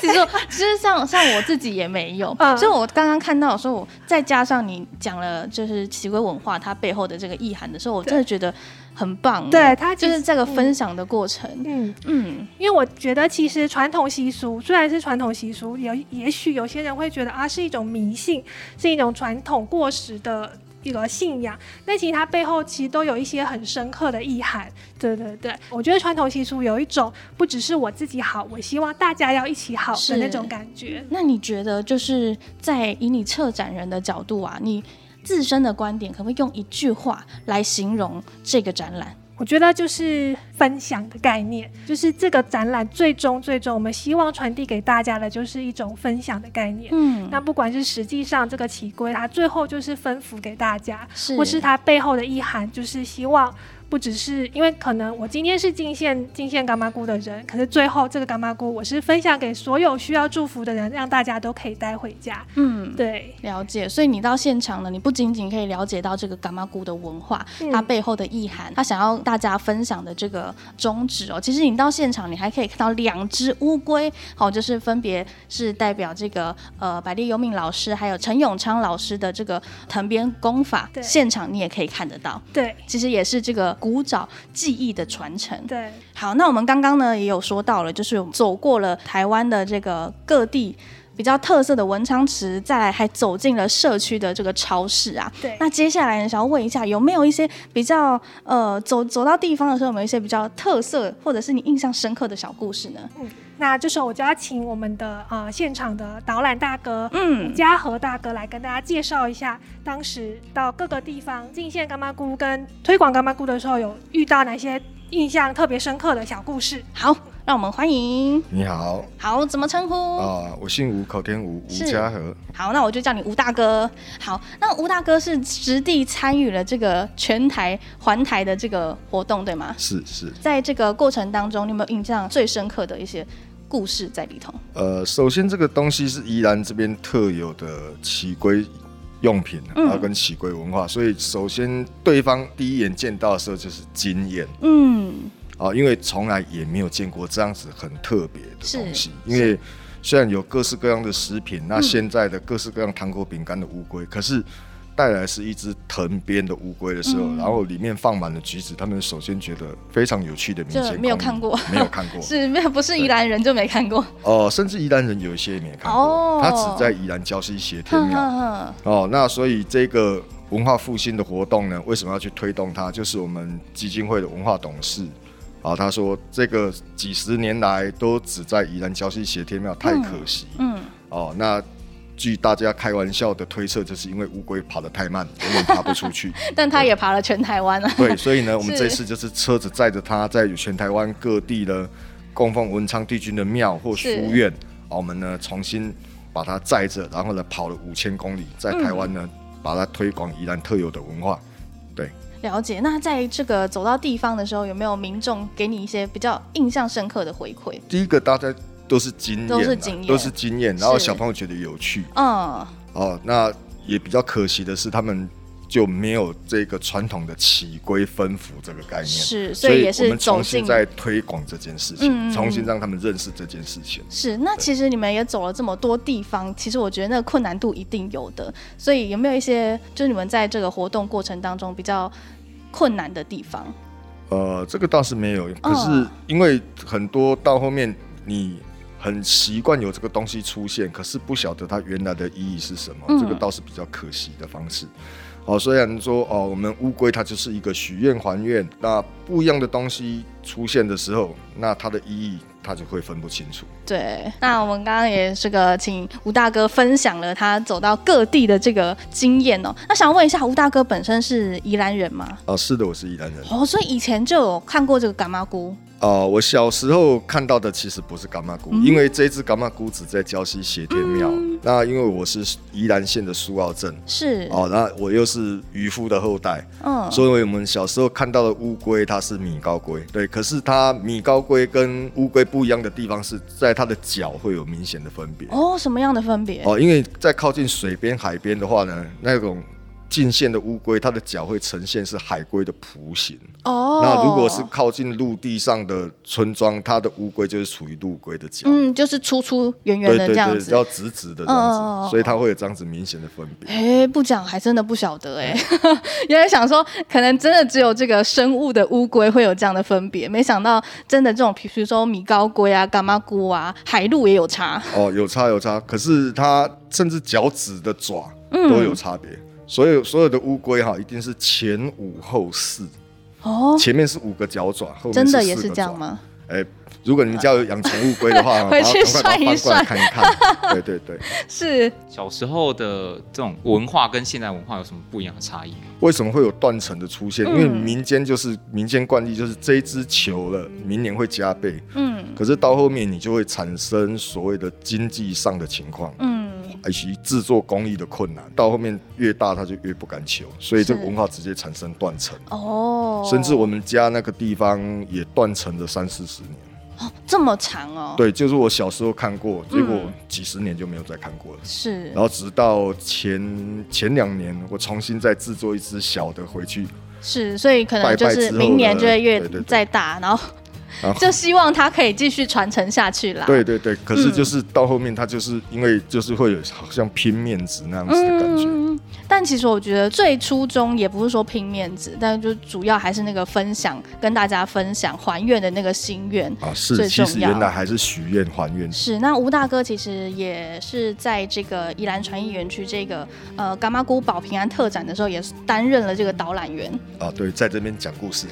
Speaker 5: 其实我其实像像我自己也没有，
Speaker 6: 嗯
Speaker 5: 所以我刚刚看到的时候，我再加上你讲了就是奇龟文化它背后的这个意涵的时候，我真的觉得很棒。
Speaker 6: 对它其
Speaker 5: 就
Speaker 6: 实
Speaker 5: 是这个分享的过程，
Speaker 6: [LAUGHS] 嗯，
Speaker 5: 嗯，
Speaker 6: 因为我觉得其实传统习俗虽然是传统习俗，有也许有些人会觉得啊是一种迷信，是一种传统过时的一个信仰，但其实它背后其实都有一些很深刻的意涵。对对对，我觉得传统习俗有一种不只是我自己好，我希望大家要一起好
Speaker 5: 是
Speaker 6: 的那种感觉。
Speaker 5: 那你觉得就是在以你策展人的角度啊，你自身的观点，可不可以用一句话来形容这个展览？
Speaker 6: 我觉得就是分享的概念，就是这个展览最终最终我们希望传递给大家的就是一种分享的概念。
Speaker 5: 嗯，
Speaker 6: 那不管是实际上这个奇规，它最后就是分服给大家，
Speaker 5: 是
Speaker 6: 或是它背后的意涵，就是希望不只是因为可能我今天是进献进献干妈菇的人，可是最后这个干妈菇我是分享给所有需要祝福的人，让大家都可以带回家。
Speaker 5: 嗯，
Speaker 6: 对，
Speaker 5: 了解，所以你到现场呢，你不仅仅可以了解到这个伽马姑的文化，
Speaker 6: 嗯
Speaker 5: 它背后的意涵，它想要大家分享的这个宗旨哦。其实你到现场，你还可以看到两只乌龟，好、就是分别是代表这个呃百利优命老师还有陈永昌老师的这个藤编功法，
Speaker 6: 对
Speaker 5: 现场你也可以看得到。
Speaker 6: 对，
Speaker 5: 其实也是这个古早技艺的传承。
Speaker 6: 对，
Speaker 5: 好，那我们刚刚呢也有说到了，就是走过了台湾的这个各地比较特色的文昌池，再来还走进了社区的这个超市啊。
Speaker 6: 对。
Speaker 5: 那接下来呢，想要问一下，有没有一些比较呃走走到地方的时候，有没有一些比较特色或者是你印象深刻的小故事呢？
Speaker 6: 那这时候我就要请我们的呃现场的导览大哥，
Speaker 5: 嗯
Speaker 6: 嘉禾大哥来跟大家介绍一下，当时到各个地方进献干妈菇跟推广干妈菇的时候，有遇到哪些印象特别深刻的小故事？
Speaker 5: 好，让我们欢迎。
Speaker 7: 你好
Speaker 5: 好，怎么称呼？
Speaker 7: 啊、我姓吴，口天吴，吴
Speaker 5: 是
Speaker 7: 家和。
Speaker 5: 好，那我就叫你吴大哥。好，那吴大哥是实地参与了这个全台环台的这个活动，对吗？
Speaker 7: 是是，
Speaker 5: 在这个过程当中，你有没有印象最深刻的一些故事在里头？
Speaker 7: 呃，首先这个东西是宜兰这边特有的奇龟用品，
Speaker 5: 嗯
Speaker 7: 然后跟奇龟文化，所以首先对方第一眼见到的时候就是惊艳
Speaker 5: 嗯，
Speaker 7: 啊，因为从来也没有见过这样子很特别
Speaker 5: 是嗯
Speaker 7: 的东西，因为。虽然有各式各样的食品，那现在的各式各样糖果、饼干的乌龟，可是带来是一只藤编的乌龟的时候，
Speaker 5: 嗯
Speaker 7: 然后里面放满了橘子，他们首先觉得非常有趣的民
Speaker 5: 就
Speaker 7: 间工艺，
Speaker 5: 没有看过
Speaker 7: 没有看
Speaker 5: [LAUGHS]
Speaker 7: 过，
Speaker 5: 是没有不是宜兰人就没看过。
Speaker 7: 哦，甚至宜兰人有一些也没看过，
Speaker 5: 哦
Speaker 7: 他只在宜兰礁溪斜天
Speaker 5: 哼
Speaker 7: 庙。
Speaker 5: 哼哼，
Speaker 7: 哦，那所以这个文化复兴的活动呢，为什么要去推动它？就是我们基金会的文化董事啊，他说这个几十年来都只在宜兰礁溪斜天庙，太可惜。
Speaker 5: 嗯，
Speaker 7: 哦，那。据大家开玩笑的推测，就是因为乌龟爬得太慢，根本爬不出去。
Speaker 5: [LAUGHS] 但他也爬了全台湾了。啊 [LAUGHS]
Speaker 7: 对，所以呢，我们
Speaker 5: 是
Speaker 7: 这次就是车子载着它，在全台湾各地呢供奉文昌帝君的庙或书
Speaker 5: 是嗯
Speaker 7: 院，啊我们呢重新把它载着，然后呢跑了五千公里，在台湾呢、把它推广宜兰特有的文化。
Speaker 5: 了解。那在这个走到地方的时候，有没有民众给你一些比较印象深刻的回馈？
Speaker 7: 第一个大家都是经验啊，
Speaker 5: 都是经验
Speaker 7: 都是经验，然后
Speaker 5: 是
Speaker 7: 小朋友觉得有趣
Speaker 5: 嗯，
Speaker 7: 哦。那也比较可惜的是，他们就没有这个传统的起归分服这个概念。
Speaker 5: 是，所
Speaker 7: 所
Speaker 5: 以也
Speaker 7: 我
Speaker 5: 是
Speaker 7: 们
Speaker 5: 走
Speaker 7: 重新
Speaker 5: 进。
Speaker 7: 在推广这件事情，
Speaker 5: 嗯嗯嗯
Speaker 7: 重新让他们认识这件事情。
Speaker 5: 是，那其实你们也走了这么多地方，其实我觉得那个困难度一定有的。所以有没有一些，就是你们在这个活动过程当中比较困难的地方？
Speaker 7: 呃，这个倒是没
Speaker 5: 嗯
Speaker 7: 有，可是因为很多到后面你很习惯有这个东西出现，可是不晓得它原来的意义是什么，
Speaker 5: 嗯
Speaker 7: 这个倒是比较可惜的方式。哦，虽然说哦，我们乌龟它就是一个许愿还愿，那不一样的东西出现的时候，那它的意义它就会分不清楚。
Speaker 5: 对，那我们刚刚也这个请吴大哥分享了他走到各地的这个经验哦。那想问一下，吴大哥本身是宜兰人吗？
Speaker 7: 哦，是的，我是宜兰人。
Speaker 5: 哦，所以以前就有看过这个干妈菇，
Speaker 7: 哦，我小时候看到的其实不是伽马菇，
Speaker 5: 嗯
Speaker 7: 因为这只伽马菇只在礁溪斜天庙。那因为我是宜兰县的苏澳镇，
Speaker 5: 是，
Speaker 7: 哦，那我又是渔夫的后代，
Speaker 5: 嗯，
Speaker 7: 所以我们小时候看到的乌龟，它是米高龟，对。可是它米高龟跟乌龟不一样的地方是在它的脚会有明
Speaker 5: 哦
Speaker 7: 显的分别。
Speaker 5: 哦，什么样的分别？
Speaker 7: 哦，因为在靠近水边、海边的话呢，那种近线的乌龟，它的脚会呈现是海龟的蹼形。
Speaker 5: 哦
Speaker 7: 那如果是靠近陆地上的村庄，它的乌龟就是处于陆龟的脚。
Speaker 5: 嗯，就是粗粗圆圆
Speaker 7: 对
Speaker 5: 的
Speaker 7: 对
Speaker 5: 这样
Speaker 7: 对，
Speaker 5: 子。
Speaker 7: 要直直的这样子，
Speaker 5: 嗯嗯嗯嗯
Speaker 7: 所以它会有这样子明显的分别。
Speaker 5: 哎、不讲还真的不晓得哎、 [LAUGHS] 原来想说可能真的只有这个生物的乌龟会有这样的分别，没想到真的这种，比如说米高龟啊、伽马菇啊、海陆也有差。
Speaker 7: 哦，有差有差，可是它甚至脚趾的爪
Speaker 5: 嗯
Speaker 7: 都有差别。所有所有的乌龟哈，一定是前五后四，
Speaker 5: 哦，
Speaker 7: 前面是五个脚爪，后面
Speaker 5: 真的
Speaker 7: 是
Speaker 5: 也
Speaker 7: 四
Speaker 5: 是
Speaker 7: 个
Speaker 5: 这样
Speaker 7: 爪？
Speaker 5: 吗？
Speaker 7: 哎、如果你们家有养宠物龟的话，
Speaker 5: [LAUGHS] 回
Speaker 7: 把它
Speaker 5: 去
Speaker 7: 赶快把它翻过
Speaker 5: 算一
Speaker 7: 来
Speaker 5: 算
Speaker 7: 看一看。对对对，
Speaker 5: [LAUGHS] 是
Speaker 8: 小时候的这种文化跟现代文化有什么不一样的差异吗？
Speaker 7: 为什么会有断层的出现？因为
Speaker 5: 嗯
Speaker 7: 民间就是民间惯例，就是这一只球了，明年会加倍。
Speaker 5: 嗯
Speaker 7: 可是到后面你就会产生所谓的经济上的情况，
Speaker 5: 嗯，
Speaker 7: 以及制作工艺的困难。到后面越大，它就越不敢求，所以这个
Speaker 5: 是
Speaker 7: 文化直接产生断层。
Speaker 5: 哦，
Speaker 7: 甚至我们家那个地方也断层了三四十年，
Speaker 5: 哦这么长哦，，
Speaker 7: 对，就是我小时候看过，结果
Speaker 5: 嗯
Speaker 7: 几十年就没有再看过了。
Speaker 5: 是
Speaker 7: 然后直到前前两年，我重新再制作一只小的回去，
Speaker 5: 是，所以可能
Speaker 7: 拜拜
Speaker 5: 就是
Speaker 7: 之后
Speaker 5: 明年
Speaker 7: 的
Speaker 5: 就会越
Speaker 7: 对对对
Speaker 5: 再大，然后
Speaker 7: 然后
Speaker 5: 就希望它可以继续传承下去啦。
Speaker 7: 对对对，可
Speaker 5: 嗯
Speaker 7: 是就是到后面，它就是因为就是会有好像拼面子那样子的感觉。
Speaker 5: 嗯，但其实我觉得最初衷也不是说拼面子，但就主要还是那个分享，跟大家分享还愿的那个心愿。
Speaker 7: 啊，是，
Speaker 5: 最
Speaker 7: 其
Speaker 5: 重
Speaker 7: 实
Speaker 5: 要
Speaker 7: 原来还是许愿还愿，
Speaker 5: 是，那吴大哥其实也是在这个宜兰传艺园区这个呃伽马古堡平安特展的时候，也是担任了这个导览员。
Speaker 7: 啊，对，在这边讲故事。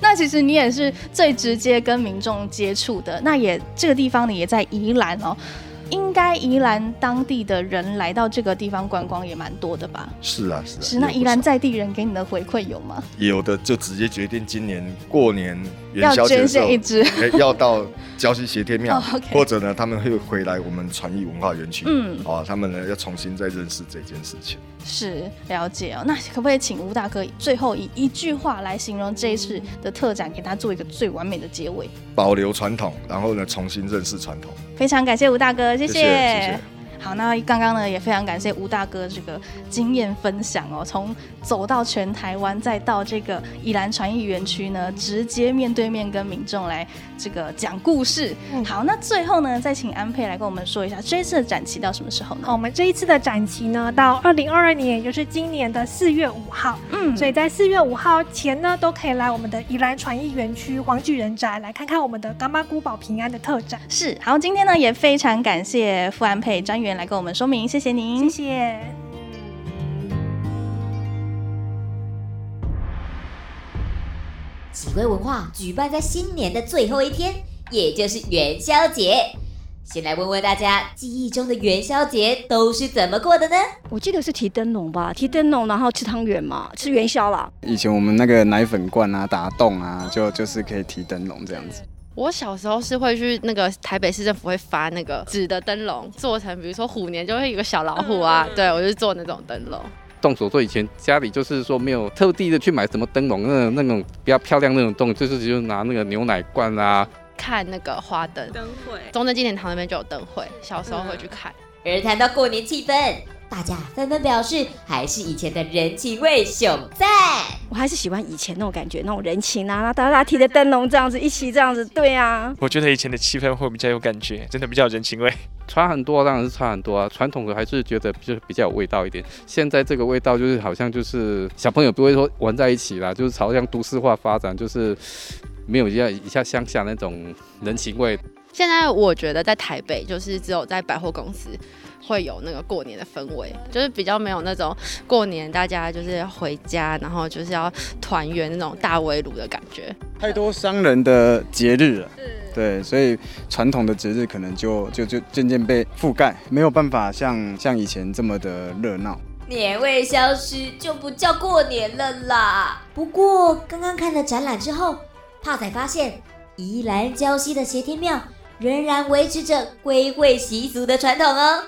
Speaker 5: 那其实你也是最直接跟民众接触的，那也这个地方你也在宜兰哦，应该宜兰当地的人来到这个地方观光也蛮多的吧？
Speaker 7: 是啊，是啊。
Speaker 5: 是，那
Speaker 7: 也不
Speaker 5: 宜兰
Speaker 7: 少
Speaker 5: 在地人给你的回馈有吗？
Speaker 7: 有的就直接决定今年过年元
Speaker 5: 要
Speaker 7: 宵节的
Speaker 5: 捐
Speaker 7: 时候
Speaker 5: 献一只。
Speaker 7: 哎要到礁溪斜天
Speaker 5: [LAUGHS]
Speaker 7: 庙，
Speaker 5: 哦，OK
Speaker 7: 或者呢，他们会回来我们传艺文化园区，
Speaker 5: 嗯
Speaker 7: 啊，他们呢要重新再认识这件事情。
Speaker 5: 是了解哦，那可不可以请吴大哥最后以一句话来形容这一次的特展，给大家做一个最完美的结尾？
Speaker 7: 保留传统，然后呢，重新认识传统。
Speaker 5: 非常感谢吴大哥，谢
Speaker 7: 谢谢谢
Speaker 5: 好，那刚刚呢也非常感谢吴大哥这个经验分享哦，从走到全台湾，再到这个宜兰传艺园区呢，直接面对面跟民众来这个讲故事。
Speaker 6: 嗯
Speaker 5: 好，那最后呢，再请安佩来跟我们说一下这一次的展期到什么时候呢？
Speaker 6: 好，我们这一次的展期呢，到二零二二年，也就是今年的四月五号，
Speaker 5: 嗯
Speaker 6: 所以在四月五号前呢，都可以来我们的宜兰传艺园区黄巨人宅来看看我们的伽马古堡平安的特展。
Speaker 5: 是，好，今天呢也非常感谢傅安佩专员来跟我们说明，谢谢您，
Speaker 6: 谢谢。
Speaker 1: 几龟文化举办在新年的最后一天，也就是元宵节。先来问问大家，记忆中的元宵节都是怎么过的呢？
Speaker 9: 我记得是提灯笼吧，提灯笼，然后吃汤圆嘛，吃元宵啦。
Speaker 10: 以前我们那个奶粉罐啊、打洞啊，就就是可以提灯笼这样子。
Speaker 11: 我小时候是会去那个台北市政府会发那个纸的灯笼，做成比如说虎年就会有个小老虎啊，对我就做那种灯笼。
Speaker 12: 动手做，以前家里就是说没有特地的去买什么灯笼，那那种比较漂亮那种洞，就是就拿那个牛奶罐啊，
Speaker 11: 看那个花灯，
Speaker 9: 灯会
Speaker 11: 中正纪念堂那边就有灯会，小时候会去看。
Speaker 1: 而谈到过年气氛，大家纷纷表示还是以前的人情味熊赞。
Speaker 9: 我还是喜欢以前那种感觉，那种人情啊，那大家提着灯笼这样子一起这样子，对啊，
Speaker 13: 我觉得以前的气氛会比较有感觉，真的比较有人情味。
Speaker 12: 差很多，当然是差很多啊。传统的还是觉得就是比较有味道一点，现在这个味道就是好像就是小朋友不会说玩在一起啦，就是朝向都市化发展，就是没有一下一下乡下那种人情味。
Speaker 11: 现在我觉得在台北就是只有在百货公司会有那个过年的氛围，就是比较没有那种过年大家就是回家，然后就是要团圆那种大围炉的感觉。
Speaker 10: 太多商人的节日了，对，所以传统的节日可能就就就渐渐被覆盖，没有办法像像以前这么的热闹。
Speaker 1: 年味消失就不叫过年了啦。不过刚刚看了展览之后，胖仔发现宜兰礁溪的斜天庙仍然维持着归会习俗的传统哦。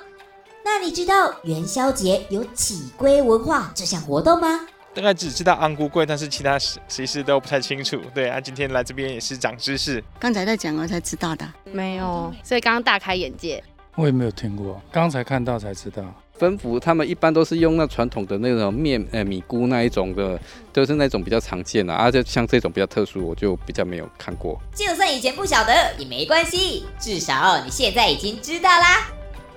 Speaker 1: 那你知道元宵节有起龟文化这项活动吗？
Speaker 13: 大概只知道安菇贵，但是其他谁谁事都不太清楚。对啊，今天来这边也是长知识。
Speaker 9: 刚才在讲了才知道的。
Speaker 11: 没有，所以刚刚大开眼界。
Speaker 13: 我也没有听过，刚才看到才知道。
Speaker 12: 分福他们一般都是用那传统的那种面呃米糊那一种的，都、是那种比较常见的啊，就像这种比较特殊，我就比较没有看过。
Speaker 1: 就算以前不晓得也没关系，至少你现在已经知道啦。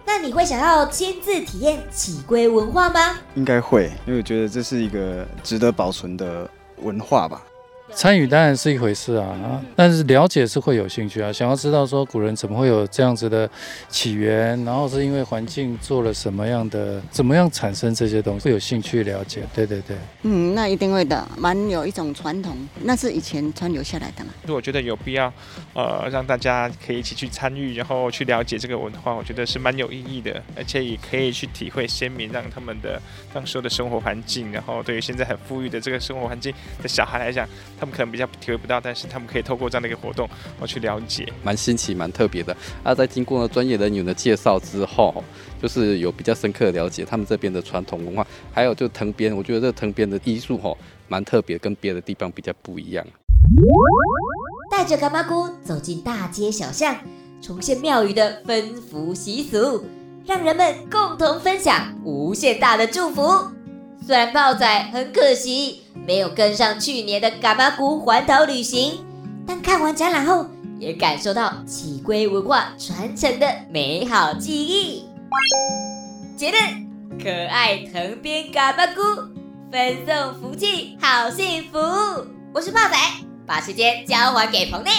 Speaker 1: 那你会想要亲自体验乞龟文化吗？
Speaker 10: 应该会，因为我觉得这是一个值得保存的文化吧。
Speaker 14: 参与当然是一回事啊，啊但是了解是会有兴趣啊，想要知道说古人怎么会有这样子的起源，然后是因为环境做了什么样的，怎么样产生这些东西，会有兴趣了解。对对对，
Speaker 15: 嗯，那一定会的，蛮有一种传统，那是以前传留下来的嘛。
Speaker 13: 所以我觉得有必要，呃，让大家可以一起去参与，然后去了解这个文化，我觉得是蛮有意义的，而且也可以去体会先民让他们的当时候的生活环境，然后对于现在很富裕的这个生活环境的小孩来讲，他们可能比较体会不到，但是他们可以透过这样的一个活动，我去了解。
Speaker 12: 蛮新奇、蛮特别的。啊，在经过专业人员的介绍之后，就是有比较深刻的了解他们这边的传统文化，还有就藤编，我觉得这藤编的艺术吼蛮特别，跟别的地方比较不一样。
Speaker 1: 带着干妈姑走进大街小巷，重现庙宇的分福习俗，让人们共同分享无限大的祝福。虽然豹仔很可惜没有跟上去年的嘎巴谷环岛旅行，但看完展览后，也感受到起龟文化传承的美好记忆。结论：可爱藤编嘎巴菇，分送福气，好幸福。我是豹仔，把时间交还给彭内。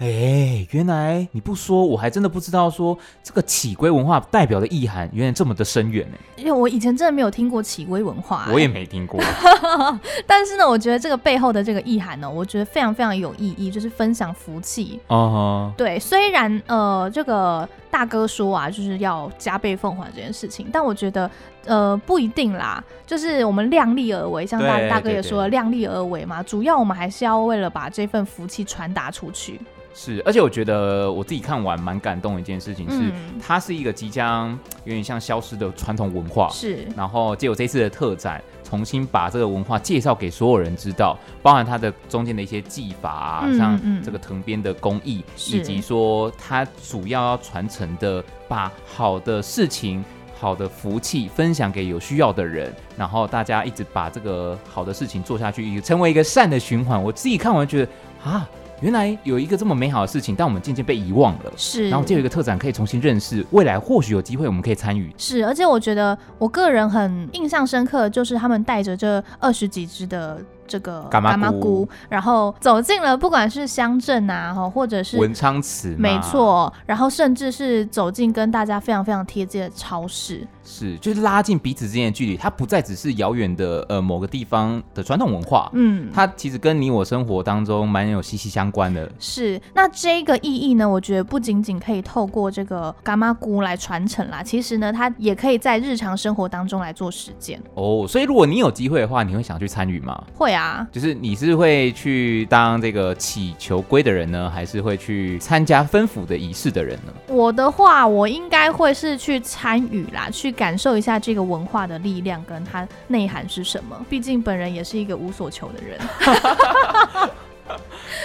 Speaker 2: 哎，原来你不说，我还真的不知道说这个乞龟文化代表的意涵原来这么的深远呢。
Speaker 3: 因为我以前真的没有听过起龟文化、
Speaker 8: 哎
Speaker 3: 啊
Speaker 2: 我也没听过。 [LAUGHS]
Speaker 3: [LAUGHS] 但是呢，我觉得这个背后的这个意涵呢，我觉得非常非常有意义，就是分享福气。
Speaker 2: 哦、
Speaker 3: 对，虽然呃，这个大哥说啊，就是要加倍奉还这件事情，但我觉得呃不一定啦，就是我们量力而为，像大
Speaker 2: 对
Speaker 3: 大哥
Speaker 2: 对
Speaker 3: 也说了，
Speaker 2: 对
Speaker 3: 量力而为嘛，主要我们还是要为了把这份福气传达出去。
Speaker 2: 是，而且我觉得我自己看完蛮感动的一件事情是，
Speaker 3: 嗯
Speaker 2: 它是一个即将有点像消失的传统文化，
Speaker 3: 是
Speaker 2: 然后借由这次的特展，重新把这个文化介绍给所有人知道，包含它的中间的一些技法、啊，
Speaker 3: 嗯嗯
Speaker 2: 像这个藤编的工艺，
Speaker 3: 是
Speaker 2: 以及说它主要要传承的，把好的事情。好的福气分享给有需要的人，然后大家一直把这个好的事情做下去，也成为一个善的循环。我自己看完觉得啊，原来有一个这么美好的事情，但我们渐渐被遗忘了。
Speaker 3: 是
Speaker 2: 然后就有一个特展可以重新认识，未来或许有机会我们可以参与。
Speaker 3: 是，而且我觉得我个人很印象深刻，就是他们带着这二十几只的这个
Speaker 2: 蛤蟆
Speaker 3: 蛤蟆
Speaker 2: 菇
Speaker 3: 菇，然后走进了不管是乡镇啊，吼或者是
Speaker 2: 文昌祠嘛
Speaker 3: 没，错，然后甚至是走进跟大家非常非常贴近的超市。
Speaker 2: 是就是拉近彼此之间的距离，它不再只是遥远的呃某个地方的传统文化，
Speaker 3: 嗯
Speaker 2: 它其实跟你我生活当中蛮有息息相关的。
Speaker 3: 是，那这个意义呢？我觉得不仅仅可以透过这个伽马菇来传承啦，其实呢，它也可以在日常生活当中来做实践。
Speaker 2: 哦，所以如果你有机会的话，你会想去参与吗？
Speaker 3: 会啊，
Speaker 2: 就是你是会去当这个乞求龟的人呢，还是会去参加分府的仪式的人呢？
Speaker 3: 我的话，我应该会是去参与啦，去感受一下这个文化的力量跟它内涵是什么。毕竟本人也是一个无所求的人。 [LAUGHS]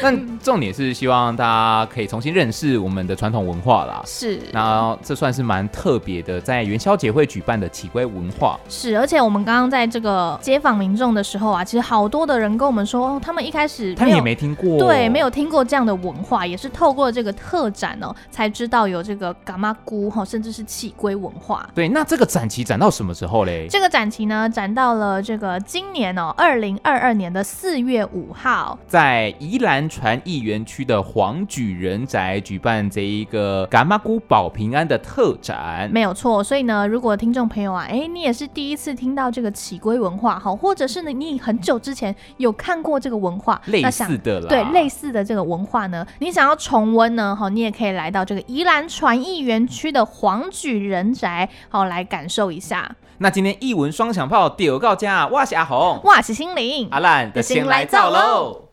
Speaker 2: 但重点是希望大家可以重新认识我们的传统文化啦。
Speaker 3: 是
Speaker 2: 那这算是蛮特别的，在元宵节会举办的起龟文化。
Speaker 3: 是，而且我们刚刚在这个街访民众的时候啊，其实好多的人跟我们说，哦他们一开始
Speaker 2: 他们
Speaker 3: 有
Speaker 2: 也没听过
Speaker 3: 对，没有听过这样的文化，也是透过这个特展哦，才知道有这个伽马姑哈，甚至是气龟文化。
Speaker 2: 对，那这个展期展到什么时候嘞？
Speaker 3: 这个展期呢，展到了这个今年哦，二零二二年的四月五号。
Speaker 2: 在宜兰传艺园区的黄举人宅举办这一个“蛤蟆菇保平安”的特展。
Speaker 3: 没有错，所以呢，如果听众朋友啊，哎，你也是第一次听到这个起龟文化哈，或者是呢，你很久之前有看过这个文化，
Speaker 2: 类
Speaker 3: 那想
Speaker 2: 似的啦
Speaker 3: 对，类似的这个文化呢，你想要重温呢，哈，你也可以来到这个宜兰传艺园区的黄举人宅，好来感受一下。
Speaker 2: 那今天一文双响炮丢到家，哇是阿红，
Speaker 3: 哇，是心灵，
Speaker 2: 阿烂的先来造喽。